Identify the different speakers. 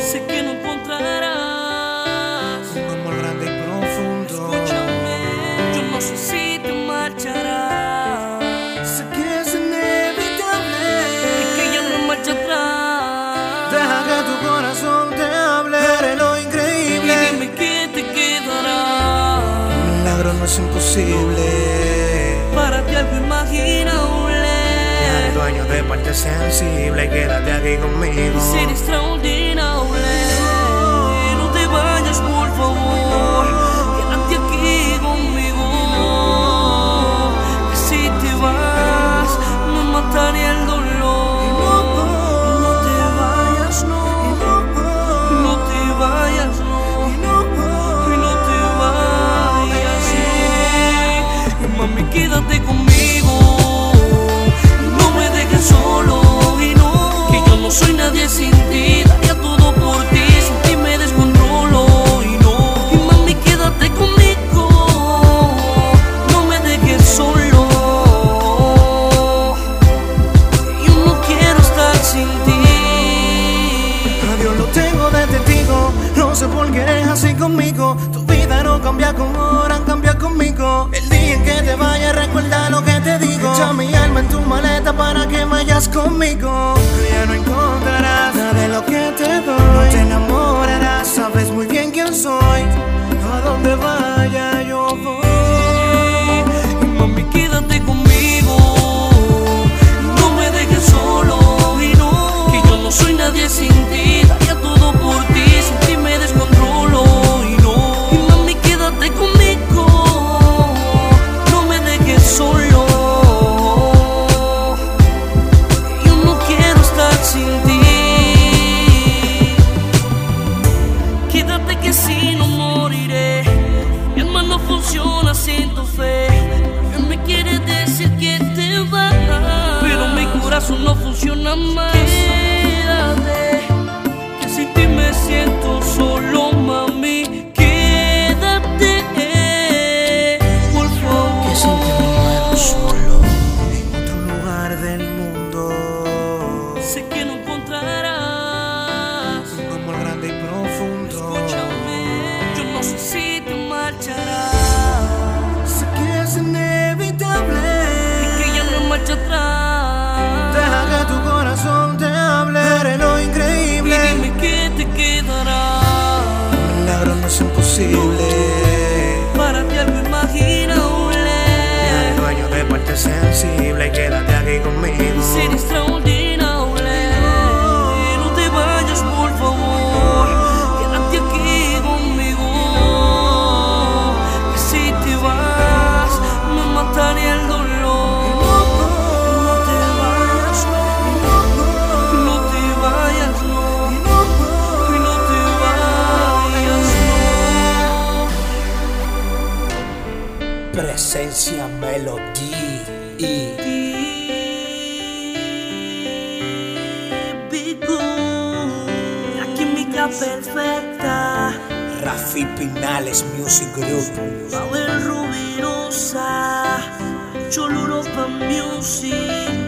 Speaker 1: sé que no encontrarás.
Speaker 2: Amor grande y profundo.
Speaker 1: Escúchame, yo no sé si te marcharás.
Speaker 2: Sé que es inevitable.
Speaker 1: Es que ya no hay marcha atrás.
Speaker 2: Deja que tu corazón te hable de lo
Speaker 1: Y
Speaker 2: increíble.
Speaker 1: dime qué te quedará.
Speaker 2: Un milagro no es imposible.
Speaker 1: Para ti algo
Speaker 2: Al
Speaker 1: imaginable.
Speaker 2: dueño de parte sensible, quédate aquí conmigo.
Speaker 1: Ser extraordinable. No te vayas, por favor. Quédate aquí conmigo. Que si te vas, me mataré el dolor. No te vayas, no. No te vayas, no. Y no te vayas, no. Y mami, quédate conmigo. No me dejes solo y no. Que yo no soy nadie sin ti. Daría todo por ti. Sin ti me descontrolo y no. Y mami, quédate conmigo. No me dejes solo. Yo no quiero estar sin ti.
Speaker 2: A Dios lo tengo de testigo, no sé por qué eres así conmigo. Tu vida no cambia con hora, cambia conmigo. El día en que te vayas, recuerda lo que te digo. Echa mi alma en tu maleta para que vayas conmigo. Ya no encontrarás nada de lo que te doy. No te enamorarás, sabes muy bien quién soy. A donde vaya yo voy.
Speaker 1: Y mami, quédate conmigo. No me dejes solo y no. Que yo no soy nadie sin ti. Daría todo por ti. Sin ti me descontrolo y no. Y mami, quédate conmigo. No me dejes solo. Yo no quiero estar sin ti. Quédate que si no moriré. Mi alma no funciona sin tu fe. No me quiere decir que te vas, pero mi corazón no funciona más. Quédate, que sin ti me siento solo, mami. Quédate, por favor.
Speaker 2: Que sin ti me muero solo en otro lugar del mundo.
Speaker 1: Sé que no encontrarás.
Speaker 2: Un amor grande y profundo.
Speaker 1: Escúchame, yo no sé si te marcharás.
Speaker 2: Sé que es
Speaker 1: Es
Speaker 2: inevitable.
Speaker 1: que ya no hay marcha atrás.
Speaker 2: Deja que tu corazón te hable de lo
Speaker 1: Y
Speaker 2: increíble.
Speaker 1: dime qué te quedará.
Speaker 2: Un milagro no es imposible.
Speaker 1: Para ti algo
Speaker 2: El
Speaker 1: imaginable.
Speaker 2: dueño de parte sensible, quédate aquí
Speaker 1: Ser
Speaker 2: conmigo.
Speaker 1: extraordinable. No te vayas, por favor. Quédate aquí conmigo. Que si te vas, me mataré el dolor. No te vayas, no. No te vayas, no. Y no te vayas, no.
Speaker 2: Presencia melodía y
Speaker 1: Típico. La química perfecta,
Speaker 2: Rafi Pinales Music Group.
Speaker 1: Pavel Rubirosa, Choluropa Music,